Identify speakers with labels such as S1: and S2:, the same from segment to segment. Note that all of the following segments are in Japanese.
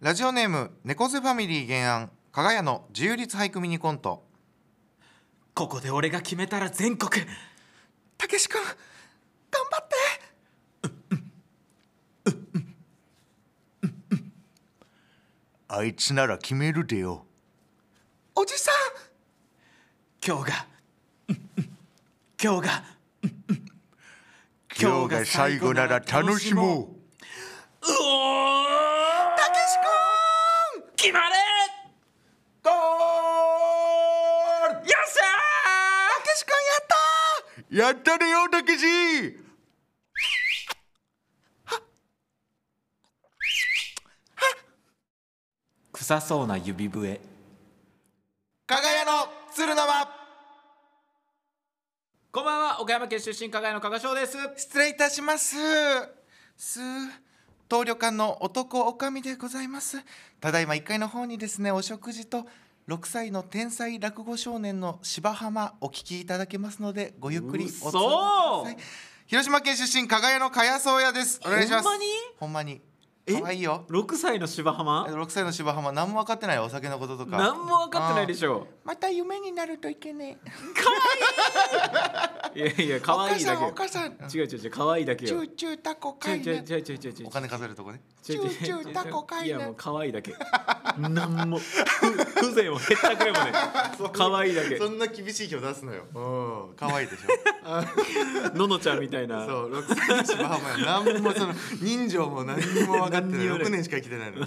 S1: ラジオネーム猫背ファミリー原案加賀屋の自由律俳句ミニコント
S2: ここで俺が決めたら全国
S1: たけし君頑張って
S3: あいつなら決めるでよ
S1: おじさん
S2: 今日が今日が
S3: 今日が最後なら楽しもう
S2: うおたけしくん決まれゴールよっしゃーたけしくんや
S3: や
S2: った
S3: ったれよたけし
S2: 臭そうな指笛
S1: 加賀屋の鶴の間
S2: こんばんは岡山県出身加賀屋の加賀翔です
S1: 失礼いたしますす当旅館の男おかみでございますただいま1階の方にですねお食事と6歳の天才落語少年の芝浜お聞きいただけますのでごゆっくりお
S2: 嘘
S1: 通りください広島県出身加賀屋の加谷宗也ですお願いします
S2: ほんまに
S1: ほんまに
S2: え
S1: 可愛いよ
S2: 6歳の芝浜
S1: 6歳の芝浜何も分かってないお酒のこととか
S2: 何も分かってないでし
S1: ょ
S2: ょ
S1: また夢になるといけねえ
S2: いやいや可愛いだ
S1: お
S2: け
S1: 母さんお母さん
S2: 違う違う違う可愛いだけ
S1: チュ
S2: よ
S1: ーチュータコ
S2: 違う
S1: 買い
S2: 違う
S1: ね
S2: 違う違う違う違う
S1: お金数えるとこね
S2: ちょいちょいちょいち
S1: チューチュ
S2: ょい
S1: ータコ飼いね
S2: いやもう可愛いだけなんもふ風情もへったくれもね可愛いだけ
S1: そんな厳しい表出すのよ。うん、可愛いでしょ。
S2: ののちゃんみたいな
S1: そう、六歳の芝浜や、なんもその人情も何にも分かって
S2: 何
S1: な
S2: に
S1: い。
S2: もね
S1: 六年しか生きてないの。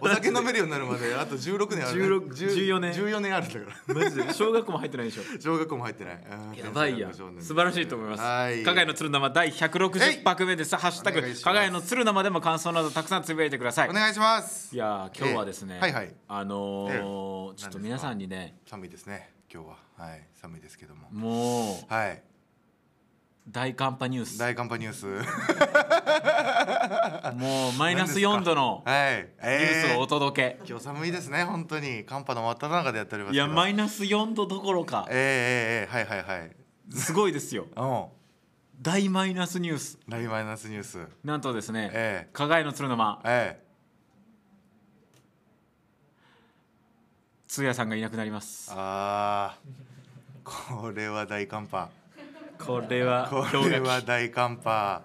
S1: お酒飲めるようになるまで、あと十六年ある。
S2: 16 14年
S1: 十四年あるんだから。
S2: マジで小学校も入ってないでしょ
S1: 小学校も入ってない。うん
S2: やばいや
S1: 天才
S2: 素
S1: の少年
S2: 晴らしいと思います
S1: はい。
S2: 加賀屋の鶴生第160拍目ですハッシュタグ
S1: お願いします
S2: 加賀屋の鶴生でも感想などたくさんつぶやいてください
S1: お願いします
S2: い。やー今日はですね、
S1: ええはいはい
S2: あの
S1: ええ
S2: ーちょっと皆さんにね
S1: 寒いですね。今日は。はい、寒いですけども。
S2: もう
S1: はい。
S2: 大寒波ニュース
S1: 大寒波ニュー ス。
S2: もうマイナス4度の
S1: はい。
S2: ニュースをお
S1: えー
S2: 届け、
S1: 今日寒いですね。本当に寒波の真っ只中でやっております
S2: い
S1: けど。
S2: やマイナス4度どころか
S1: えーえーえー、はいはいはい。
S2: すごいですよ
S1: うん。
S2: 大マイナスニュース
S1: ライマイナスニュース。
S2: なんとですね、
S1: ええ
S2: 加賀屋の鶴の間
S1: ええ。
S2: 通夜さんがいなくなります
S1: ああ。これは大寒波。
S2: これは
S1: こ
S2: 氷
S1: れ
S2: 河期
S1: は大寒波。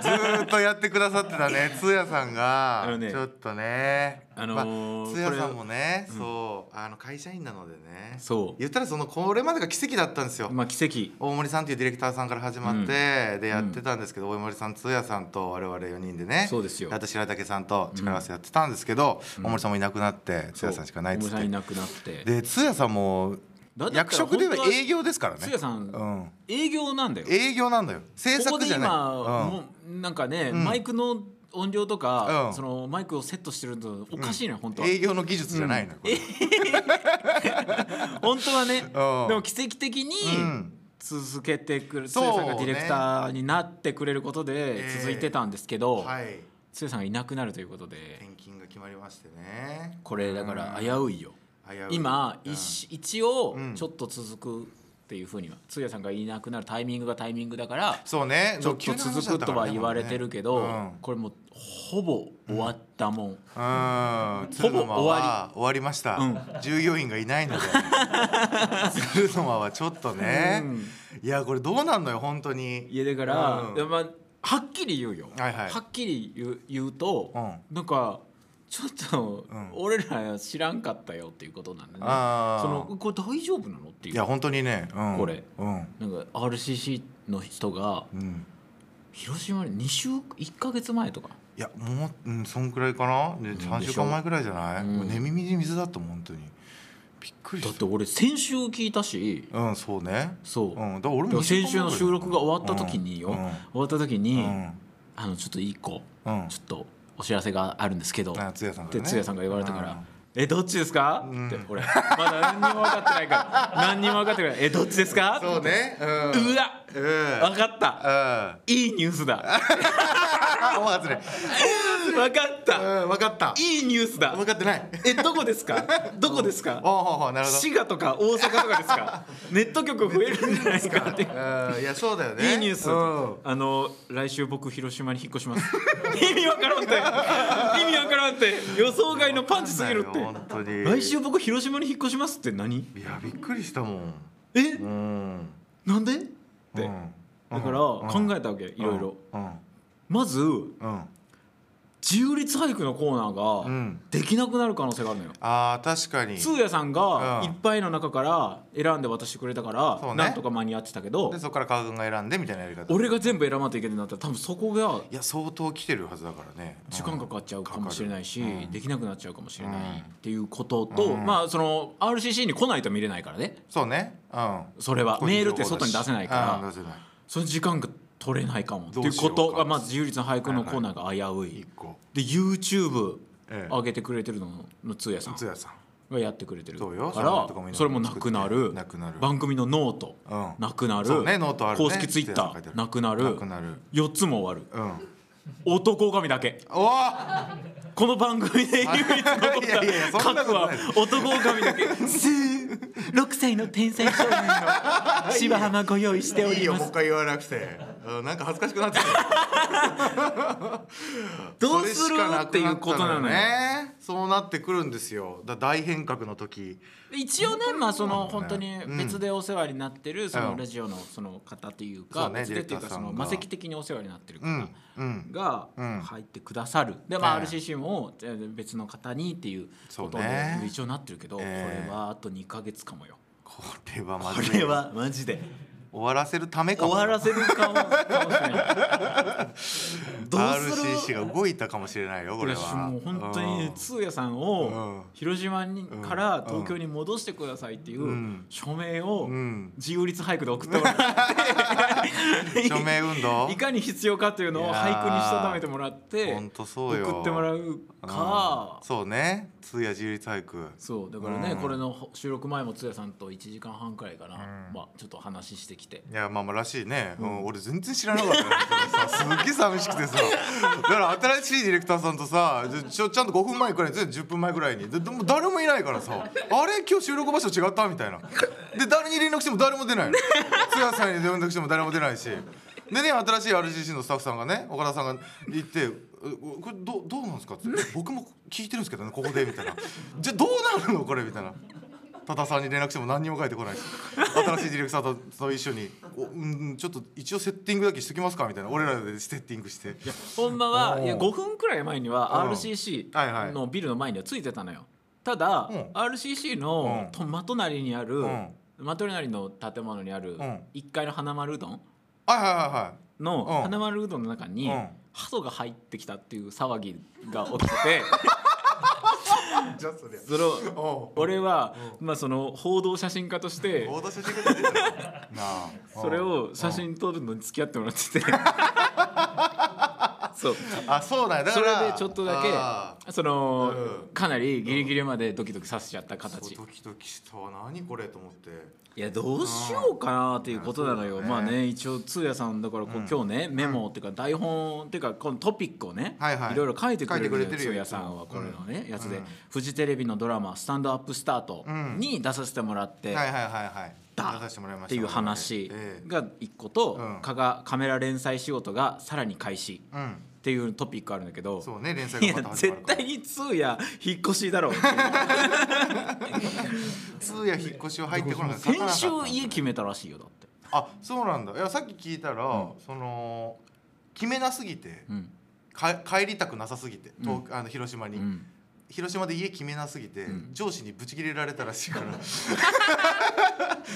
S1: ずーっとやってくださってたね、 通夜さん
S2: あ
S1: が。
S2: のね
S1: ちょっとね。
S2: あのー
S1: まあ通夜さんもね、そう、あの会社員なのでね。
S2: そう
S1: 言ったら、そのこれまでが奇跡だったんですよ。
S2: まあ奇跡
S1: 大森さんというディレクターさんから始まって、でやってたんですけど、大森さん通夜さんと我々4人でね
S2: そうですよ
S1: あと白竹さんと力合わせやってたんですけど、大森さんもいなくなって通
S2: そう
S1: 夜さんしかないっつっ
S2: 大森さん
S1: て
S2: いなくなって
S1: で通夜さんも
S2: だったら
S1: 役職では
S2: 本当は
S1: 営業ですからね
S2: 通夜さ、
S1: うんん
S2: 営業なんだよ
S1: 営業なんだよ制
S2: ここ
S1: 作
S2: で
S1: じゃない
S2: 今、
S1: うん
S2: もうなんかね、マイクの音量とか、
S1: うん
S2: そのマイクをセットしてるとおかしいのよ、本当は
S1: 営業の技術じゃないのよ、これ
S2: 本当はね、でも奇跡的に
S1: ん
S2: 続けてくる、つ
S1: そ
S2: え
S1: うね
S2: さんがディレクターになってくれることで
S1: ええ
S2: 続いてたんですけど、
S1: はい
S2: つえさんがいなくなるということで
S1: 転勤が決まりましてね
S2: これだから危ういよ、
S1: 危うい
S2: 今、
S1: うん
S2: 一一応ちょっと続くっていうふうにはつえさんがいなくなるタイミングがタイミングだから
S1: そうね
S2: ちょっと続くとは言われてるけど、
S1: うん
S2: これもうほぼ終わったもん、
S1: うん、
S2: ほぼ
S1: 鶴の間は終わりました、
S2: う
S1: 従業員がい ないので鶴の間はちょっとね、いやこれどうなんのよ本当に
S2: いやだから、
S1: うん
S2: いやまあ、はっきり言うよ、
S1: はいはい
S2: っきり言う言うと、
S1: う
S2: なんかちょっと、
S1: うん
S2: 俺ら知らんかったよっていうことなんでね
S1: あー
S2: そのこれ大丈夫なのっていう
S1: いや本当にね、うん、
S2: これ
S1: うん、
S2: なんか RCC の人が
S1: うん、
S2: 広島に2週1か月前とか
S1: いやもう、うん、そんくらいかなで3週間前くらいじゃない、
S2: うん
S1: もう寝耳に水だった本当にびっくり
S2: だっ
S1: して
S2: 俺先週聞いたし、
S1: たうんそうね
S2: そう、
S1: うんだから俺も
S2: だから先週の収録が終わった時によ、
S1: うん
S2: 終わった時に、
S1: うん
S2: あのちょっと一個、
S1: うん
S2: ちょっとお知らせがあるんですけど、
S1: あつやさん
S2: っ
S1: か
S2: て
S1: らね
S2: つやさんが言われたから「
S1: うん
S2: えどっちですか
S1: うん
S2: って俺まだ何にも分かってないから 何にも分かってない「えどっちですか?」
S1: そうねう
S2: うんわ
S1: うん
S2: 分かった
S1: うん
S2: いいニュースだ
S1: あ大外れ
S2: わかった
S1: うん分かった
S2: いいニュースだ
S1: 分かってない
S2: えどこですかどこです
S1: お
S2: か
S1: おほうほうなるほど
S2: 滋賀とか大阪とかですかネット局増えるんじゃないですかって
S1: うんいやそうだよね
S2: いいニュース、
S1: うん
S2: あの来週僕広島に引っ越します 意味わからんって意味わからんって予想外のパンチすぎるって
S1: 本当に
S2: 来週僕広島に引っ越しますって何
S1: いやびっくりしたもん
S2: え
S1: うん
S2: なんでって
S1: うん
S2: だから
S1: う
S2: 考
S1: ん
S2: えたわけいろいろ
S1: うん
S2: まず
S1: うん
S2: 自由律俳句のコーナ
S1: う
S2: ーが
S1: ん
S2: できなくなる可能性があるのよ
S1: あー確かに
S2: 通夜さんが
S1: う
S2: い
S1: ん
S2: っぱいの中から選んで渡してくれたか
S1: そう
S2: ら
S1: ね
S2: なんとか間に合ってたけど
S1: でそこから川君が選んでみたいなやり方
S2: 俺が全部選ばないといけないんだったら多分そこが
S1: いや相当来てるはずだからね
S2: 時間かかっちゃうかもしれないし、
S1: かかるうん
S2: できなくなっちゃうかもしれない
S1: うん
S2: っていうことと、
S1: うん
S2: まあその RCC に来ないと見れないからね
S1: そうねうん
S2: それはメールって外に出せないから
S1: うん出せない
S2: その時間が取れないかもっ
S1: ど
S2: ていうう
S1: しよ
S2: こ
S1: うか
S2: とがまず自由律の俳句のコーナーが危うい、
S1: 一個
S2: で YouTube
S1: ええ
S2: 上げてくれてるのの通夜さん
S1: つやさん
S2: がやってくれてるか
S1: そうよ
S2: ら
S1: そんなの
S2: それもなくなる
S1: なくなる
S2: 番組のノート、
S1: うん
S2: なくなる
S1: そうねノートあるね
S2: 公式ツイッタ
S1: 通夜さん書いてあ
S2: ー
S1: る
S2: なくなる
S1: なくなる
S2: 4つも終わる
S1: うん
S2: 男狼だけ
S1: お ー
S2: この番組で唯一 残
S1: いやいやいや
S2: った
S1: そんな
S2: 核
S1: こと
S2: は
S1: ない
S2: 男狼 だけす6歳の天才少年の芝浜ご用意して
S1: い
S2: お
S1: い
S2: り
S1: よ
S2: ま
S1: もう一
S2: す
S1: 回言わなくてうんなんか恥ずかしくなってきた
S2: どうするっていうことなのよ
S1: ねそうなってくるんですよだ大変革の時
S2: 一応ねまあその
S1: そう
S2: 本
S1: なん
S2: 当
S1: だ
S2: に
S1: ね
S2: 別でお世話になってるそうの
S1: ん
S2: ラジオのその方というか
S1: そうね
S2: 別でという
S1: ディレクタ
S2: か
S1: ー
S2: そ
S1: さんが
S2: の魔石的にお世話になってる
S1: う
S2: 方
S1: んうん
S2: が
S1: うん
S2: 入ってくださるでまあ
S1: ええ
S2: RCC もえー別の方にっていう
S1: そう
S2: こ
S1: ね
S2: とで一応なってるけどこ
S1: ええ
S2: れはあと2か月かもよ
S1: これはま
S2: こ
S1: ずい
S2: れはマジで
S1: 終わらせるためか
S2: 終
S1: も
S2: わらせるかもかもし れないどうす
S1: RCC
S2: る
S1: が動いたかもしれないよこれ
S2: 私
S1: は
S2: もう本当に
S1: うん
S2: 通夜さん
S1: うん
S2: を広島に
S1: うん
S2: から東京に戻してくださいっていうんう署名を
S1: うん
S2: 自由律俳句で送ってもらって
S1: 署名運動
S2: いかに必要かというのを俳句にしたためてもらって
S1: 本当そうよ
S2: 送ってもらうか
S1: うんそうね通夜自由律俳句
S2: そうだからね、
S1: うん
S2: これの収録前も通夜さんと1時間半くらいかな、
S1: うん
S2: まあ、ちょっと話してきて
S1: いやまあまあらしいね、うん俺全然知らなかったねそれさすっげえ寂しくてさだから新しいディレクターさんとさちょちゃんと5分前くらいに10分前くらいにででも誰もいないからさあれ今日収録場所違ったみたいなで誰に連絡しても誰も出ないの津屋さんに連絡しても誰も出ないしでね新しい RCC のスタッフさんがね岡田さんが行って「えこれどうどうなんですか?」って「僕も聞いてるんですけどねここで」みたいな「じゃあどうなるのこれ」みたいな。多田さんに連絡しても何にも返ってこないし新しいディレクターと一緒に「おうんちょっと一応セッティングだけしときますか」みたいな俺らでセッティングして
S2: ほんま
S1: お
S2: は
S1: ー
S2: いや5分くらい前には
S1: うん
S2: RCC
S1: はいはい
S2: のビルの前にはついてたのよただ、
S1: うん
S2: RCC
S1: うん
S2: のとまとなりにある、
S1: うん
S2: まとなりの建物にある
S1: ん
S2: 1階の花丸うどん
S1: はいはいは
S2: の
S1: うん
S2: 花丸うどんの中に
S1: うん
S2: 鳩が入ってきたっていう騒ぎが起きて て
S1: いはいじゃあそりゃ
S2: それを
S1: お
S2: 俺は、まあ、その報道写真家として
S1: う私写真が出てるなあ
S2: それを写真撮るのに付き合っても らっててそう
S1: あそうだよだ
S2: そ
S1: か
S2: れ
S1: ら
S2: でちょっとだ
S1: あ
S2: けその、
S1: うん
S2: かなりギリギリまでドキドキさせちゃった
S1: ー
S2: 形
S1: そうドキドキしたわ何これと思って
S2: いやどうしようかなっていうことなのよ、
S1: うん
S2: まあね一応通夜さんだからこう、
S1: うん
S2: 今日ねメモっていうか台本っていうかこのトピックをね、
S1: はいはい
S2: ろいろ書いてくれるの
S1: 書
S2: よ
S1: いてくれてるよ
S2: 通夜さんはこれのね、やつで、
S1: うん
S2: フジテレビのドラマ「スタンドアップスタート」に出させてもらって、
S1: はいはいはいはい
S2: だ
S1: 出させてもらいました
S2: っていう話
S1: ええ
S2: が一個と、
S1: うん
S2: かがカメラ連載仕事がさらに開始
S1: うん
S2: っていうトピックあるんだけど、
S1: そうね連載
S2: い
S1: がま
S2: や
S1: た始ま
S2: 絶
S1: るから
S2: 対に通や引っ越しだろうっていう
S1: 通夜引っ越しは入ってこなかった
S2: 先週
S1: 書かなかった
S2: 家決めたらしいよだって、
S1: あそうなんだいやさっき聞いたら、その決めなすぎて
S2: うん
S1: か帰りたくなさすぎて、東あの広島
S2: う
S1: に、
S2: ん、
S1: 広島で家決めなすぎて、
S2: ん
S1: 上司にブチ切れられたらしいから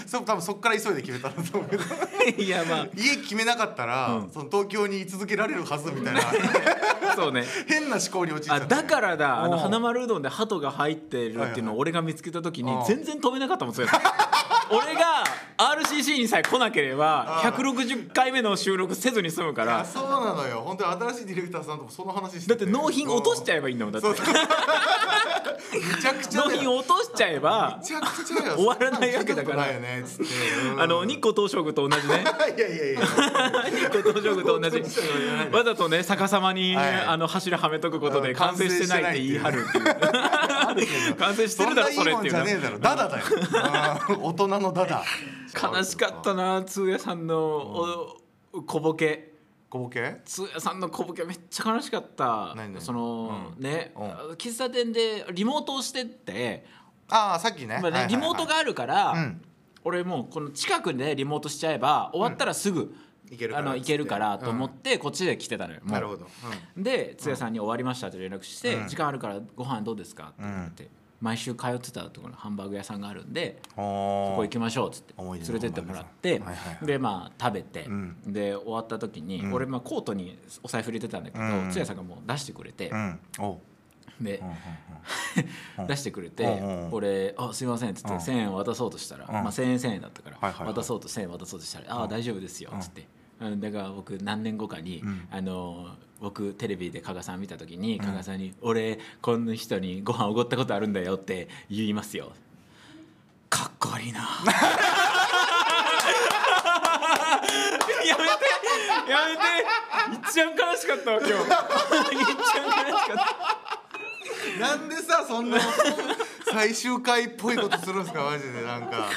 S1: そう多分そっから急いで決めたんだと 思うけど
S2: いやま
S1: 家決めなかったら、
S2: うん
S1: その東京に居続けられるはずみたいな
S2: あそうね
S1: 変な思考に陥っちゃ
S2: あ
S1: って
S2: だからだあの
S1: うん
S2: 花丸うどんで鳩が入ってるっていうのを俺が見つけた時に
S1: うん
S2: 全然止めなかったもんそれ俺が RCC にさえ来なければ160回目の収録せずに済むか
S1: あ
S2: ら
S1: そうなのよ本当に新しいディレクターさんともその話して
S2: だって納品落としちゃ
S1: う
S2: えばいいんだもんだって
S1: そうそうめちゃくちゃ
S2: 納
S1: だよ
S2: 品を落としちゃえば
S1: めちゃくちゃよ
S2: 終わらないわけだから
S1: そんなの聞いたことないよねつってうん
S2: あの日光東照宮と同じね
S3: いやいやいや
S2: 日光東照宮と同じわざとね逆さまに、
S1: はい
S2: あの柱はめとくこと
S1: う
S2: で
S1: ん
S2: 完成してないって言い張るっていう完成して
S1: そ
S2: る
S1: ん
S2: だ
S1: な
S2: ろ
S1: いい
S2: それっ
S1: も
S2: て
S1: んじ
S2: いうの
S1: ゃ
S2: は
S1: ねえだろダダだようん大人のダダ
S2: 悲しかったな通夜さんのお小ボケ
S1: 小ボケ
S2: 通夜さんの小ボケめっちゃ悲しかった
S1: 何々
S2: その、ね、
S1: うん
S2: 喫茶店でリモートをしてって、
S1: ああさっきね
S2: まあねリモートがあるから、
S1: うん
S2: 俺もうこの近くでリモートしちゃえば終わったらすぐ、
S1: いけるか
S2: あ
S1: ら
S2: の行けるからと思
S1: っ
S2: っててこっちで来てたのよ、
S1: うん
S2: も
S1: な
S2: う
S1: るほどうん
S2: でつやさんに「終わりました」と連絡して「
S1: うん
S2: 時間あるからご飯どうですか?」って言って、毎週通ってたところのハンバーグ屋さんがあるんで「
S1: おー
S2: ここ行きましょう」っつって
S1: 思い
S2: 連
S1: 出の
S2: れてってもらっ
S1: ハ
S2: て、
S1: ンバーグ屋さんはいはいはい
S2: でまあ食べて、
S1: ん
S2: で終わった時に、
S1: ん
S2: 俺まあコートにお財布入れてたんだけど、
S1: うん
S2: つやさんがもう出してくれて
S1: う、んおう
S2: で、
S1: うんうんうん
S2: 出してくれて、
S1: うんうん
S2: 俺「あすいません」っつって、
S1: うん
S2: 1,000円渡そうとしたら、まあ、1,000円1,000円だったから、
S1: はいはいはい
S2: 渡そうと1,000円渡そうとしたら「ああ大丈夫ですよ」っつって、うんだから僕何年後かに、あのー僕テレビで加賀さん見た時に加賀さんに「俺こんな人にご飯おごったことあるんだよ」って言いますよ。かっこ悪いなやめてやめていっちゃん悲しかったわ 今日いっちゃん悲しかった
S1: なんでさそんな最終回っぽいことするんですかマジでなんか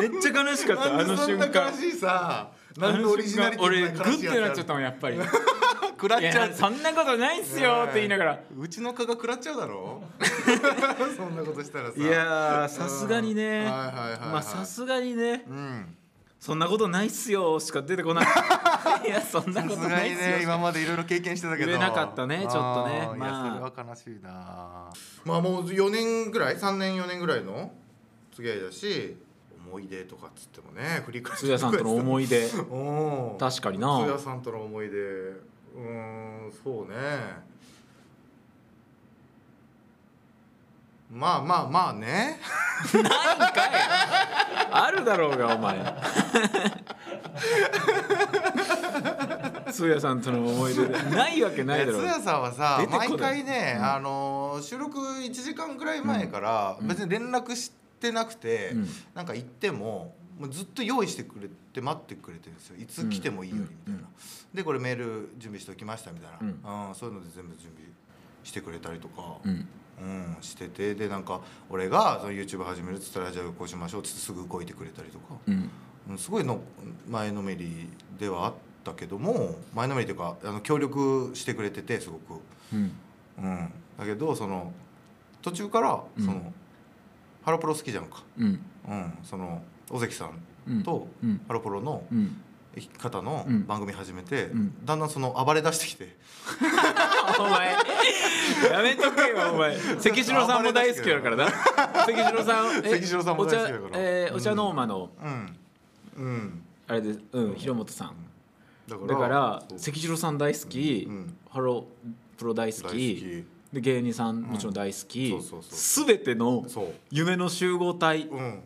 S2: めっちゃ悲しかった
S1: な
S2: あ
S1: んで
S2: の
S1: そん
S2: 瞬
S1: な
S2: 間
S1: 悲しいさ
S2: あ
S1: なんでオリジナリティ
S2: 俺
S1: の
S2: グ
S1: ない 悲しいやつ
S2: ッてなっちゃったもんやっぱりい
S1: 食らっちゃう
S2: やそんなことないっすよって言いながら
S1: うちの蚊が食らっちゃうだろ そんなことしたらさ
S2: いやーさすがにね
S1: はいはいはいはい
S2: まあさすがにね
S1: うん
S2: そんなことないっすよしか出て こないいやそんな
S1: さ
S2: こと
S1: すが
S2: ないっ
S1: に
S2: すよ
S1: ね
S2: し
S1: 今
S2: か
S1: までいろいろ経験してたけど
S2: 売れなかったねちょっとね
S1: あーい
S2: まあ
S1: やそれは悲しいなまあもう4年ぐらい3年4年ぐらいの付き合いだし思い出とかっつってもね振り返って
S2: 鈴谷さんとの思い出
S1: うん
S2: 確かに
S1: 通
S2: な
S1: 夜さんとの思い出うーんそうねまあまあまあね
S2: ないんかいあるだろうがお前 通夜さんとの思い出でないわけないだろ
S1: 通夜さんはさ
S2: 出てこない
S1: 毎回ね、あのー収録1時間くらい前から別に連絡してなくて、
S2: うん
S1: なんか行ってももうずっと用意してくれて待ってくれてるんですよいつ来てもいいようにみたいな、でこれメール準備しておきましたみたいな、うんそういうので全部準備してくれたりとか。
S2: うん
S1: うん、しててでなんか俺がその YouTube 始めるっつったらじゃあこうしましょうっつってすぐ動いてくれたりとか、
S2: うん
S1: うんすごいの前のめりではあったけども前のめりというかあの協力してくれててすごく、
S2: うん
S1: うん、だけどその途中からその、ハロプロ好きじゃんか、
S2: うん
S1: うん、その尾関さんと
S2: うん
S1: ハロプロの
S2: うん
S1: 生き方の
S2: うん
S1: 番組始めて、
S2: ん
S1: だんだんその暴れ出してきて。
S2: お前やめとけよお前関城さんも大好きだからな関城さんえ
S1: 関城さんも大好きだから
S2: お茶,、えーお茶ノーマの、
S1: うんうん、
S2: あれですうん広本さん
S1: だか
S2: だから
S1: そう
S2: 関城さん大好き、
S1: うんうん
S2: ハロプロ大好き
S1: 大好き
S2: で芸人さんもちろん大好き、
S1: うんそうそうそ
S2: 全ての
S1: そう
S2: 夢の集合体
S1: うん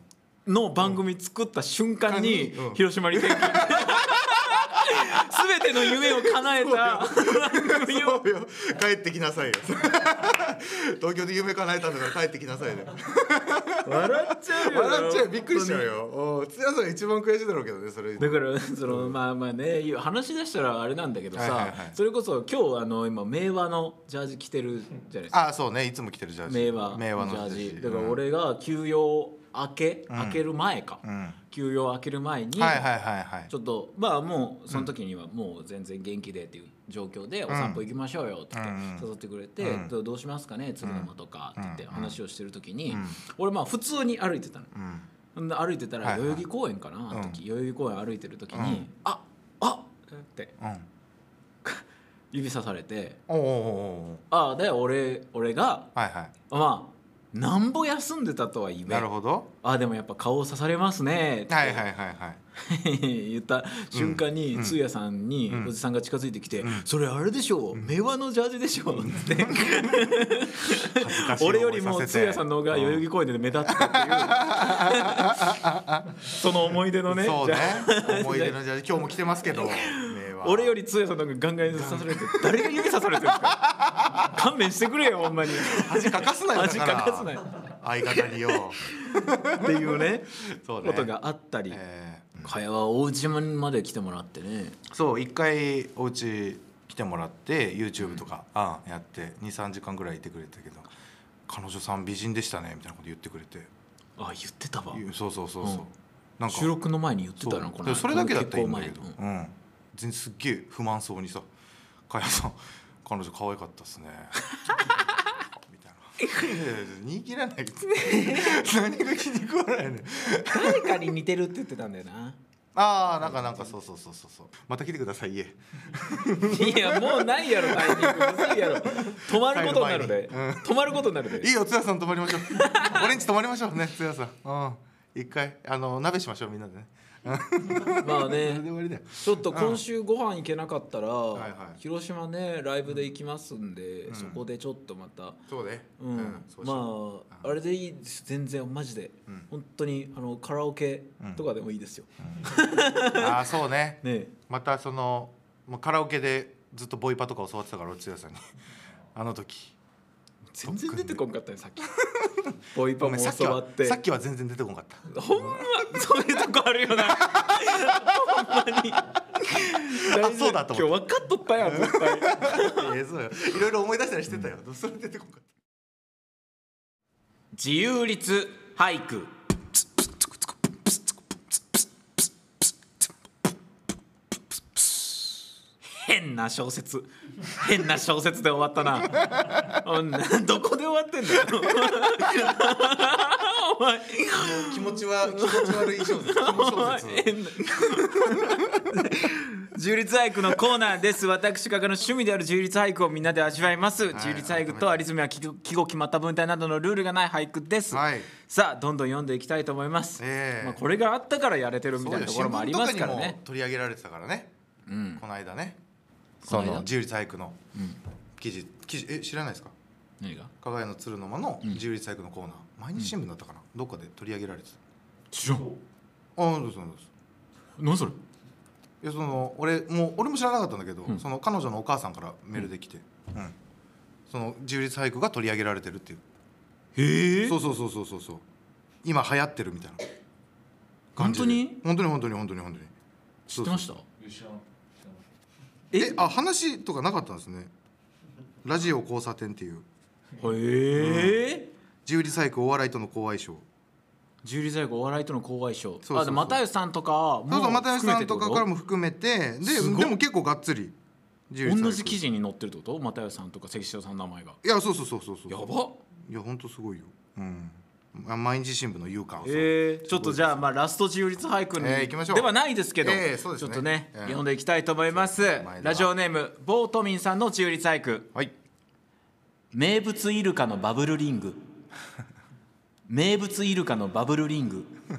S2: の番組作った瞬間に、
S1: うん
S2: 広島に 転勤全ての夢を叶えた番組を
S1: そうよ 帰ってきなさいよ 東京で夢叶えたんだから帰ってきなさいね
S2: 笑っちゃう よ
S1: 笑っちゃうびっくりしちゃうよおつやさんが一番悔しいだろうけどねそれ
S2: だからそのまあまあね言う話し出したらあれなんだけどさ、
S1: はいはいはい
S2: それこそ今日あの今名和のジャージ着てるじゃないですか
S1: あそうねいつも着てるジャージ
S2: 名和
S1: 名和
S2: の
S1: の
S2: ジャージだ
S1: うん
S2: から俺が休養明け、明ける前か、
S1: うん
S2: 休養明ける前に、
S1: はいはいはいはい
S2: ちょっとまあもうその時にはもう全然元気でっていう状況でお散歩行きましょうよって言って誘ってくれて、どどうしますかね鶴沼とかって言って話をしてる時に、俺まあ普通に歩いてたの。ほんで歩いてたら
S1: はいは
S2: 代
S1: い
S2: 々木公園かな、あの時代々木公園歩いてる時に、ああって
S1: うん
S2: 指さされて
S1: おうおうおうおう
S2: あで俺俺が
S1: はいは
S2: まあなんぼ休んでたとはいえ
S1: いなるほど
S2: あでもやっぱ顔を刺されますねって、
S1: はいはいはいはい
S2: 言った瞬間に、通夜さんにおじさんが近づいてきて「それあれでしょう名和のジャージでしょ」って俺よりも通夜さんの方が代々木公園で目立ってたっていうその思い出のね
S1: そう
S2: ジ
S1: ね
S2: ャージ
S1: 思い出のジャージ今日も着てますけど名和
S2: 俺より通夜さんなんかガンガンに刺されて誰が指刺されてるんですか 勘弁してくれよほんまに
S1: 恥かかすなよだ
S2: 恥
S1: か
S2: からかすなよ
S3: 相方によ
S2: っていうね
S1: そうね
S2: ことがあったり、
S1: え
S2: かやは大島まで来てもらってね
S1: ーそう一回お家来てもらって YouTube とか、あやって23時間ぐらいいてくれたけど彼女さん美人でしたねみたいなこと言ってくれて
S2: あ言ってたわ
S1: いやそうそうそうそう、
S2: うん
S1: なんか
S2: 収録の前に言って
S1: そう
S2: たのこの間
S1: それだけだったらいいんだけど、
S2: こ
S1: う
S2: の結
S1: ん全然すっげえ不満そうにさ「かやさん彼女可愛かったっすね」みたいな「いやいや言い切らない」 何が気に食わないねん
S2: 婚前うん誰かに似てるって言ってたんだよな
S1: ああなんかなんかそうそうそうそうそうまた来てください家
S2: いやもうないやろタイミングむずいやろ止まることになるで、
S1: 帰る前にうん
S2: 止まることになるで
S1: いいよ津屋さん泊まりましょう 俺んち泊まりましょうね津屋さんうん一回あの鍋しましょうみんなでね
S2: まあ
S1: それで
S2: ね
S1: 終わりだよ
S2: ちょっと今週ご飯行けなかったら、
S1: いはい
S2: 広島ねライブで行きますんで、そこでちょっとまた
S1: そうね
S2: うん、
S1: そうしよう
S2: まあ、あれでいいです全然マジで、
S1: ん
S2: 本当にあのカラオケとかでもいいですよ、
S1: ああそうね
S2: ね
S1: またそのまあカラオケでずっとボイパとか教わってたからつやさんに あの時
S2: 全然出てこんかったねさっ きボイ
S1: ご
S2: パも
S1: めんさっき
S2: 教わ
S1: は
S2: って
S1: さっきは全然出てこなか った
S2: ほんまそういうとこあるよな ほんまに
S1: あそうだと思
S2: 今日分かっとった やん絶対
S1: いやそうよいろいろ思い出したりしてたよ、それ出てこなかっ
S2: 自由律俳句変な小説変な小説で終わったなおんなどこで終わってんだよお前
S1: た気持ちは 気持ち悪い小説気持ち小説
S2: 自由律俳句のコーナーです私画家の趣味である自由律俳句をみんなで味わいます、自由律俳句とアリズムや季語季語決まった文体などのルールがない俳句で す、
S1: はい
S2: さあどんどん読んでいきたいと思います、
S1: ええ
S2: まあ、これがあったからやれてるみ
S1: そう
S2: たい
S1: だ
S2: な
S1: よ
S2: と
S1: 新
S2: ころもあり
S1: 聞と
S2: ま
S1: か
S2: す
S1: に
S2: から
S1: も
S2: ね
S1: 取り上げられてたからね、この間ね
S2: こ
S1: そ
S2: の間
S1: の自由律俳句の記事記事え知らないですか
S2: 何が
S1: 加賀屋の鶴の間の自由律俳句のコーナー、毎日新聞だったかな、どっかで取り上げられて
S2: 知らん
S1: たああそうですそうです
S2: 何それ
S1: いやその俺もう俺も知らなかったんだけど、その彼女のお母さんからメールで来て、うんその自由律俳句が取り上げられてるっていう
S2: へえ
S1: そうそうそうそうそうそう今流行ってるみたいな感じで本当に本当に本当に本当に
S2: 知ってました
S1: えあ話とかなかったんですねラジオ交差点っていう
S2: へえ
S1: 自由リサイクルお笑いとの交相性
S2: 自由律俳句お笑いとの交相性
S1: そうそう
S2: あで又吉さんとかも
S1: そうそう又吉さんとかから
S2: も
S1: も含めてです
S2: ごい
S1: でも結構がっつり自由リサイク
S2: 同
S1: ル
S2: じ記事に載ってるってこと又吉さんとか関所さんの名前が
S1: いやそうそうそうそうそう
S2: やば
S1: いや本当すごいようんあ毎日新聞の「ゆうかん」
S2: えー、ちょっとじゃあまあラスト自由律俳句に、
S1: えー行きましょう
S2: ではないですけど、
S1: えーそうですね
S2: ちょっとね、
S1: えー
S2: 読んでいきたいと思いま
S1: そ
S2: す
S1: うですね前田は
S2: ラジオネームボートミンさんの自由律俳句
S1: はい
S2: 名物イルカのバブルリング名物イルカのバブルリング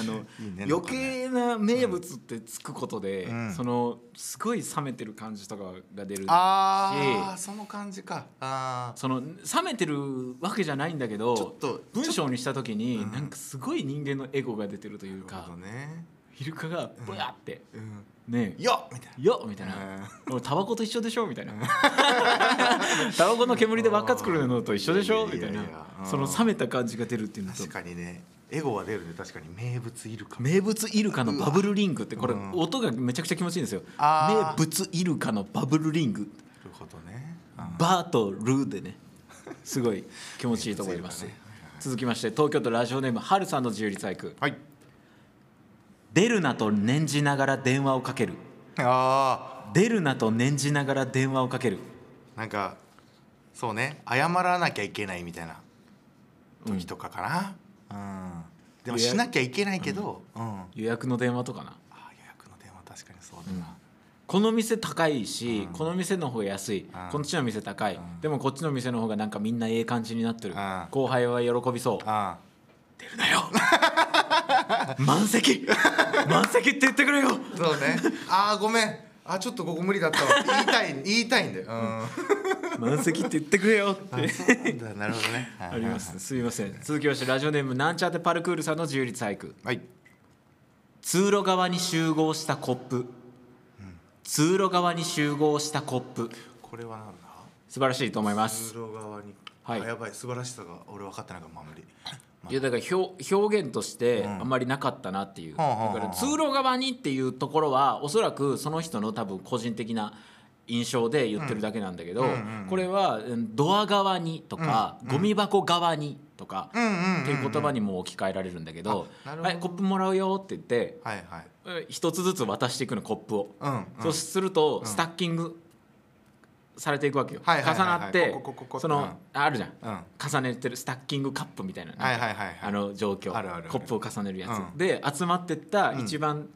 S2: あの
S1: いいね
S2: 余計な名物ってつくことで、
S1: ん
S2: そのすごい冷めてる感じとかが出る
S1: ああその感じかあ
S2: その冷めてるわけじゃないんだけど
S1: ちょっと
S2: 文章にした時に、なんかすごい人間のエゴが出てるという
S1: あなるほ
S2: か
S1: どね
S2: イルカがブワーって、
S1: うん
S2: ねえ
S1: よっみたいな
S2: よっみたいな「俺タバコと一緒でしょ」みたいな「 タバコの煙で輪っか作るのと一緒でしょ」
S1: いや
S2: み
S1: い
S2: た
S1: や
S2: い
S1: いや
S2: ない
S1: やうん
S2: その冷めた感じが出るっていうのと
S1: 確かにねエゴは出るね確かに名物いるか
S2: 名物イルカのバブルリングってこれ音がめちゃくちゃ気持ちいいんですよ名
S1: あー
S2: 物イルカのバブルリング
S1: なるほどね
S2: バーとルーでねすごい 気持ちいいと思います
S1: 名物イル
S2: 続きまして東京都ラジオネームはるさんの自由律俳句
S1: はい
S2: 出るなと念じながら電話をかける
S1: あ
S2: 出るなと念じながら電話をかける
S1: あなんかそうね謝らなきゃいけないみたいな時とかかなうんでも
S2: いや
S1: しなきゃいけないけどうんあ
S2: 予約の電話とかな
S1: あ予約の電話確かにそうだな
S2: この店高いし、この店の方が安い、
S1: ん
S2: こっちの店高い、でもこっちの店の方がなんかみんなええ感じになってる、
S1: うん
S2: 後輩は喜びそう
S1: あ
S2: 出るなよ 満席満席って言ってくれよ
S1: あそうねああごめんあーちょっとここ無理だったわ言いたい言いたいんだよう
S2: 満席って言ってくれよって
S1: んだなるほどね
S2: ありますすみません続きましてラジオネームなんちゃってパルクールさんの自由律俳句
S1: はい
S2: 通路側に集合したコップ、通路側に集合したコップ
S1: これはなんだ
S2: 素晴らしいと思いま
S1: 通
S2: す
S1: 路側に、
S2: はい
S1: あやばい素晴らしさが俺分かってないからあんまり
S2: いやだから表表現としてあんまりなかったなっていう、
S1: はあはあはあ
S2: だから通路側にっていうところはおそらくその人の多分個人的な印象で言ってるだけなんだけど、これはうんドア側にとか、ゴミ箱側にとか、
S1: うんうんうん
S2: っていう言葉にも置き換えられるんだけど「
S1: あなるほど
S2: はいコップもらうよ」って言って
S1: はいはい
S2: え一つずつ渡していくのコップを、
S1: うん、うん、
S2: そうするとスタッキングされていくわけよ、
S1: はいはいはいはい
S2: 重なって
S1: こここここ
S2: その、あるじゃん、
S1: うん
S2: 重ねてるスタッキングカップみたいな、
S1: はいはいはいはい
S2: あの状況
S1: あるあるある
S2: コップを重ねるやつ、
S1: うん
S2: で集まってった
S1: ん
S2: 一番、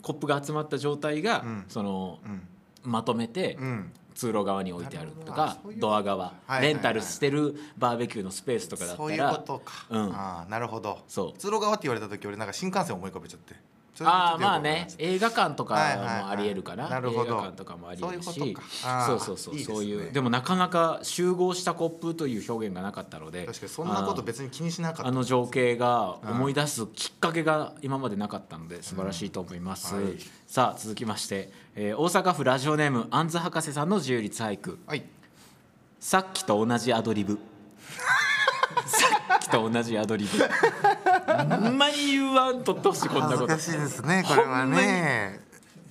S2: コップが集まった状態が、
S1: うん
S2: その
S1: うん
S2: まとめて、
S1: うん
S2: 通路側に置いてあると
S1: なる
S2: か
S1: ほどそういうこと
S2: ドア側、
S1: はいはい
S2: レンタルしてるバーベキューのスペースとかだったら
S1: そういうことか、
S2: うん
S1: ああなるほど
S2: そう
S1: 通路側って言われた時俺なんか新幹線思い浮かべちゃってそれでちょっ
S2: あ
S1: と
S2: あ
S1: よくわ
S2: ま
S1: かんな
S2: あ
S1: くなっ
S2: ね
S1: ちゃった
S2: 映画館と
S1: はい
S2: か
S1: はいはい
S2: もありえるかな,、
S1: なるほど
S2: 映画館とかもありえるし
S1: そういうことかあー
S2: そうそうそう
S1: いいですね
S2: そういうでもなかなか集合したコップという表現がなかったので
S1: 確かにそんなこと別に気にしなかっ
S2: あー
S1: た
S2: あの情景が思い出すきっかけが今までなかったので素晴らしいと思います、
S1: うんはい
S2: さあ続きまして、えー大阪府ラジオネームアンズ博士さんの自由律俳句
S1: はい
S2: さっきと同じアドリ ブさっきと同じアドリブほんまに言わんとってほしいこんな
S1: 恥ず
S2: こと
S1: かしいですねこれはね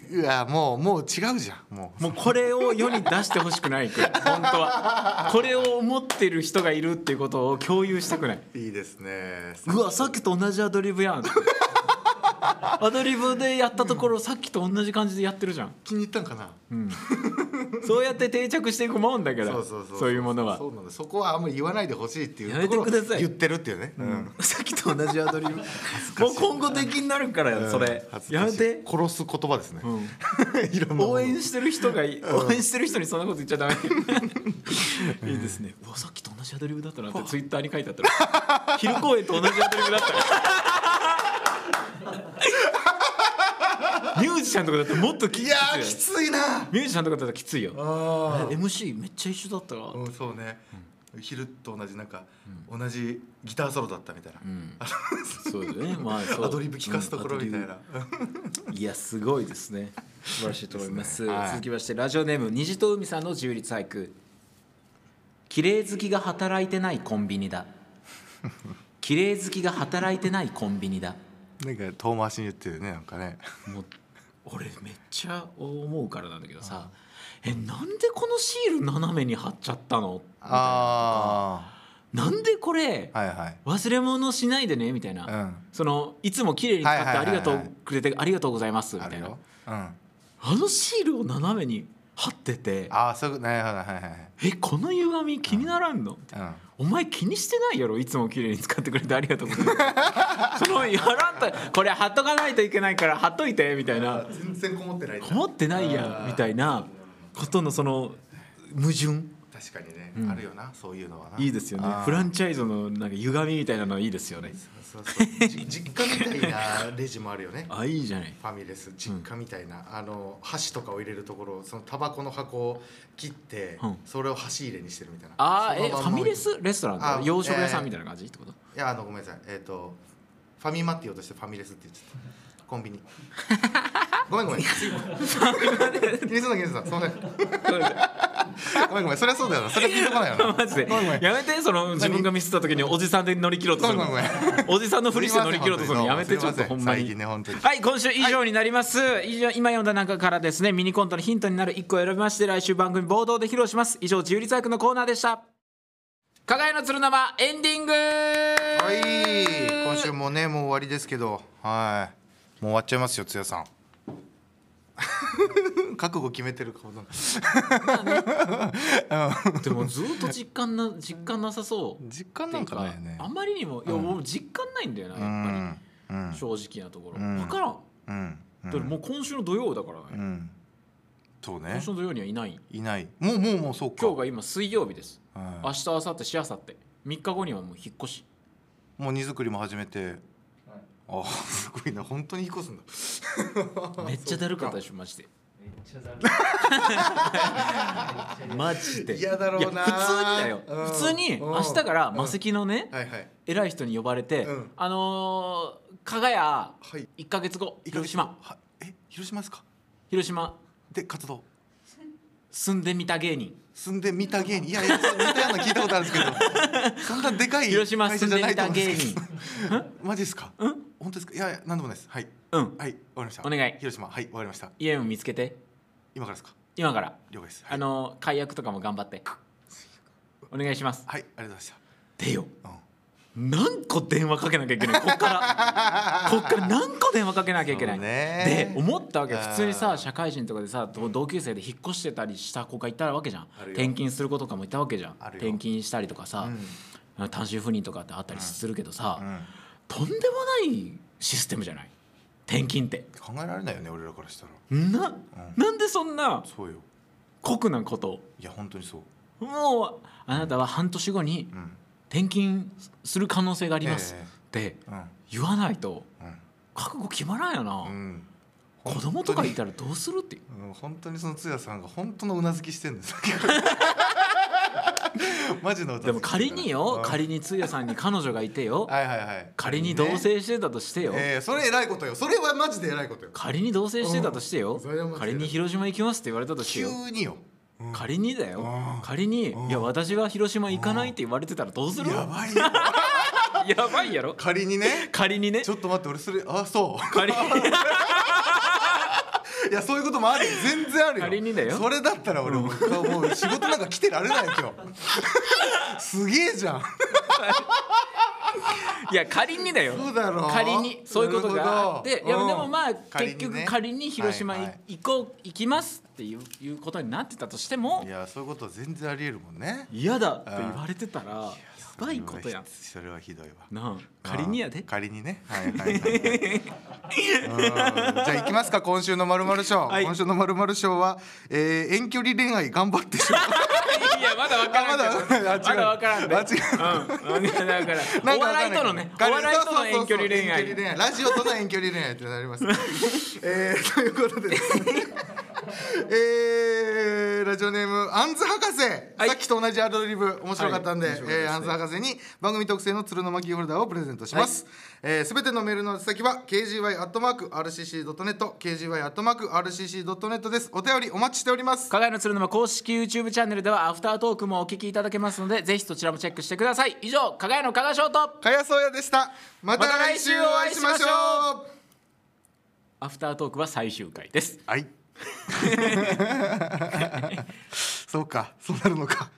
S1: うわもうもう違うじゃんもう
S2: もうこれを世に出してほしくないくらい本当はこれを思ってる人がいるっていうことを共有したくない
S1: いいですね
S2: うわさっきと同じアドリ ブやんアドリブでやったところさっきと同じ感じでやってるじゃん、
S1: 気に入ったんかな
S2: うん、そうやって定着していくもんだから
S1: そうそうそう
S2: そういうものは
S1: そうなんだそこはあんまり言わないでほしいっていう
S2: やめ
S1: と
S2: て
S1: ころを
S2: ください
S1: 言ってるっていうね、うん
S2: さっきと同じアドリブもう今後的になるからよそれ、
S1: 恥ず
S2: や
S1: か
S2: め
S1: しい
S2: て、
S1: 殺す言葉ですね、
S2: うん
S1: いろんなもの
S2: 応援してる人がいい、応援してる人にそんなこと言っちゃダメいいですね、うわさっきと同じアドリブだったなってツイッターに書いてあったら昼公演と同じアドリ ブだったらミュージシャンとかだったらもっとき
S1: いやー
S2: き
S1: き
S2: つい
S1: つ
S2: よ
S1: いな
S2: ミュージシャンとかだったらきついよ
S1: あ
S2: え MC めっちゃ一緒だったわ、
S1: うん、そうね、昼と同じなんか、同じギターソロだったみたいな、
S2: うん、そうだね まあそう
S1: アドリブ聞かすところみたい
S2: うんア
S1: な、
S2: ドリブいやすごいですね素晴らしいと思います
S1: ですねはい
S2: 続きましてラジオネーム虹と海さんの自由律俳句綺麗好きが働いてないコンビニだ 綺麗好きが働いてないコンビニだ
S1: なんか遠回しに言ってるねなんかね
S2: もう俺めっちゃ思うからなんだけどさえなんでこのシール斜めに貼っちゃったの
S1: あ
S2: なんでこれ
S1: あはいはい
S2: 忘れ物しないでねみたいな、
S1: うん
S2: そのいつも綺麗に使って
S1: はいはい
S2: あ
S1: はいは
S2: り
S1: い
S2: がとうくれてありがとうございますみ
S1: あ
S2: た
S1: る
S2: いな
S1: よ、うん、あ
S2: あのシールを斜めに貼ってて
S1: あーそういうことなるほどはいはいはい
S2: えこの歪み気にならんの、みたいな
S1: うん
S2: お前気にしてないやろいつも綺麗に使ってくれてありがとうございます そのやらんとこれ貼っとかないといけないから貼っといてみたいな
S1: 全然こもってない
S2: こもってないやんみたいなことのその矛盾
S1: 確かにね、
S2: ん
S1: あるよなそういうのはない
S2: いいですよね
S1: あー
S2: フランチャイズのなんか歪みみたいなのいいですよね
S1: そうそうじ 実家みたいなレジもあるよね
S2: あいいじゃない
S1: ファミレス実家みたいな、あの箸とかを入れるところそのタバコの箱を切って、
S2: うん
S1: それを箸入れにしてるみたいな
S2: あー
S1: そ
S2: え
S1: の
S2: フ
S1: まん
S2: ァ
S1: ま
S2: ミレスレストランだ
S1: あ
S2: 洋食屋さんみたいな感じっ てこと
S1: いやあのごめんなさいえっ、とファミマって言おうとしてファミレスって言っちゃったコン ビニごめんごめん気にすんな気にすんなすいませんごめんごめんそりゃそうだよなそれピンとこないよな
S2: マジで
S1: ごめんごめん
S2: やめてその自分がミスった時におじさんで乗り切ろうとするの
S1: ごめん
S2: おじさんのふりして乗り切ろうとするのやめてちょっとほんま
S1: 最
S2: に
S1: 近ね本当に
S2: はい今週以上になります、以上今読んだ中からですねミニコントのヒントになる1個を選びまして来週番組冒頭で披露します以上自由律俳句のコーナーでした加賀屋の鶴生エンディング
S1: はい今週もねもう終わりですけどはいもう終わっちゃいますよつや さん覚悟決めてる顔だな
S2: でもずっと実感な実感なさそう
S1: 実感なんかないよね
S2: あまりにもいや俺実感ないんだよな
S1: う
S2: やっぱり、
S1: んうん
S2: 正直なところ、
S1: ん
S2: 分からん、
S1: うん
S2: だってもう今週の土曜だからね、
S1: うんそうね
S2: 今週の土曜にはいない
S1: いないもうもうもうそうか
S2: 今日が今水曜日です、
S1: はい
S2: 明日明後日しあさって3日後にはもう引っ越し
S1: もう荷造りも始めて、あすごいな本当に引っ越すんだ
S2: めっちゃだるかったでしょマジで
S4: めっちゃだるい
S2: マジで
S1: 嫌だろうない
S2: や普通にだよ、
S1: うん
S2: 普通に明日からマセキのね、
S1: はいはい
S2: 偉い人に呼ばれて、
S1: うん
S2: あのー、加賀屋
S1: はい
S2: 1か月後広島
S1: はえ広島ですか
S2: 広島
S1: で活動
S2: 住んでみた芸人
S1: 住んでみた芸人いやいやそう似たような聞いたことあるんですけ どそんなでかい
S2: 広島
S1: 会
S2: 住
S1: 社
S2: ん
S1: じゃな
S2: でみ
S1: いと
S2: た
S1: 思うん
S2: 芸
S1: です
S2: 人
S1: けどマジですか本当ですかいやいや何でもないですはい
S2: うん
S1: はいわかりました
S2: お願い
S1: 広島はいわかりました
S2: 家も見つけて
S1: 今からですか
S2: 今から
S1: 了解ですはい
S2: あの解約とかも頑張ってお願いします
S1: はいありがとうござい
S2: でよ
S1: ました
S2: 何個電話かけなきゃいけないこ っからこっから何個電話かけなきゃいけない、
S1: そうね
S2: で思ったわけ
S1: あー
S2: 普通にさ社会人とかでさ同同級生で引っ越してたりした子がいたわけじゃん
S1: あるよ
S2: 転勤する子とかもいたわけじゃん
S1: あるよ
S2: 転勤したりとかさ、単身赴任とかってあったりするけどさ、
S1: うん、うん、
S2: とんでもないシステムじゃない転勤って
S1: 考えられないよね俺らからしたら
S2: な,、なんでそんな
S1: そうよ
S2: 酷なことを
S1: いや本当にそう
S2: もうあなたは半年後に
S1: うん
S2: 転勤する可能性があります、
S1: え
S2: って
S1: うん
S2: 言わないと
S1: うん
S2: 覚悟決まらんよな、
S1: うん
S2: 子供とかいたらどうするっていう
S1: うん本当にその通夜さんが本当の うなずきしてるんですマジのうなずき
S2: でも仮によ
S1: うん
S2: 仮に通夜さんに彼女がいてよ
S1: はいはいはい
S2: 仮に同
S1: ね
S2: 棲してたとしてよ
S1: ええそれ偉いことよそれはマジで偉いことよ
S2: 仮に同棲してたとしてよ
S1: うんそれはマジで
S2: 仮に広島行きますって言われたとしてよ
S1: 急によ
S2: 仮にだよ
S1: うん
S2: 仮に
S1: うん
S2: いや私は広島行かないって言われてたらどうする
S1: やばいよ
S2: やばいやろ
S1: 仮にね
S2: 仮にね
S1: ちょっと待って俺それあそう
S2: 仮に
S1: いやそういう こともあるよ全然あるよ
S2: 仮にだよ
S1: それだったら俺もうもう仕事なんか来てられないよ 今日すげえじゃん
S2: いや仮にだよ
S1: そうだろう
S2: 仮にそういうことがあっていやで
S1: なるほどうん
S2: もまあ
S1: 仮に
S2: 結
S1: ね
S2: 局仮に広島
S1: はい
S2: い
S1: はい
S2: 行こう行きますっていういうことになってたとしても
S1: いやそういうことは全然ありえるもんね
S2: 嫌だって言われてたらやばいことやん
S1: それはひどいわ
S2: なあ仮にやで
S1: 仮に ねはいはいはい、はい、うんじゃあ行きますか今週のまるまる賞、
S2: はい
S1: 今週のまるまる賞は、えー、遠距離恋愛頑張っ てしまう
S2: いやまだ分からん
S1: あま
S2: けど
S1: だあ違う
S2: まだ分からんで
S1: あ違
S2: うんうんだから
S1: なん
S2: お
S1: かわか
S2: 笑
S1: んない
S2: いとのねお笑いとの遠距
S1: そうそう
S2: 離恋
S1: そう遠距
S2: 愛
S1: ラジオとの遠距離恋愛ってなり ます、えー、ということでですねえー、ラジオネームアンズ博士、
S2: はい
S1: さっきと同じアドリブ面白かったんで,、
S2: はい面白かったですね
S1: えーアンズ博士に番組特製の鶴の巻ホルダーをプレゼントしますすべ、えー全てのメールの宛先は KGY.RCC.net KGY.RCC.net ですお便りお待ちしております
S2: 加賀の鶴沼公式 YouTube チャンネルではアフタートークもお聞きいただけますのでぜひそちらもチェックしてください以上加賀の加賀翔と
S1: かやそうやでしたまた
S2: また
S1: 来
S2: 来
S1: 週
S2: 週
S1: お
S2: お
S1: 会
S2: 会
S1: い
S2: い
S1: し
S2: し
S1: ま
S2: ま
S1: し
S2: し
S1: ょ
S2: ょ
S1: う
S2: アフタートークは最終回 です
S1: はい。そうか、そうなるのか。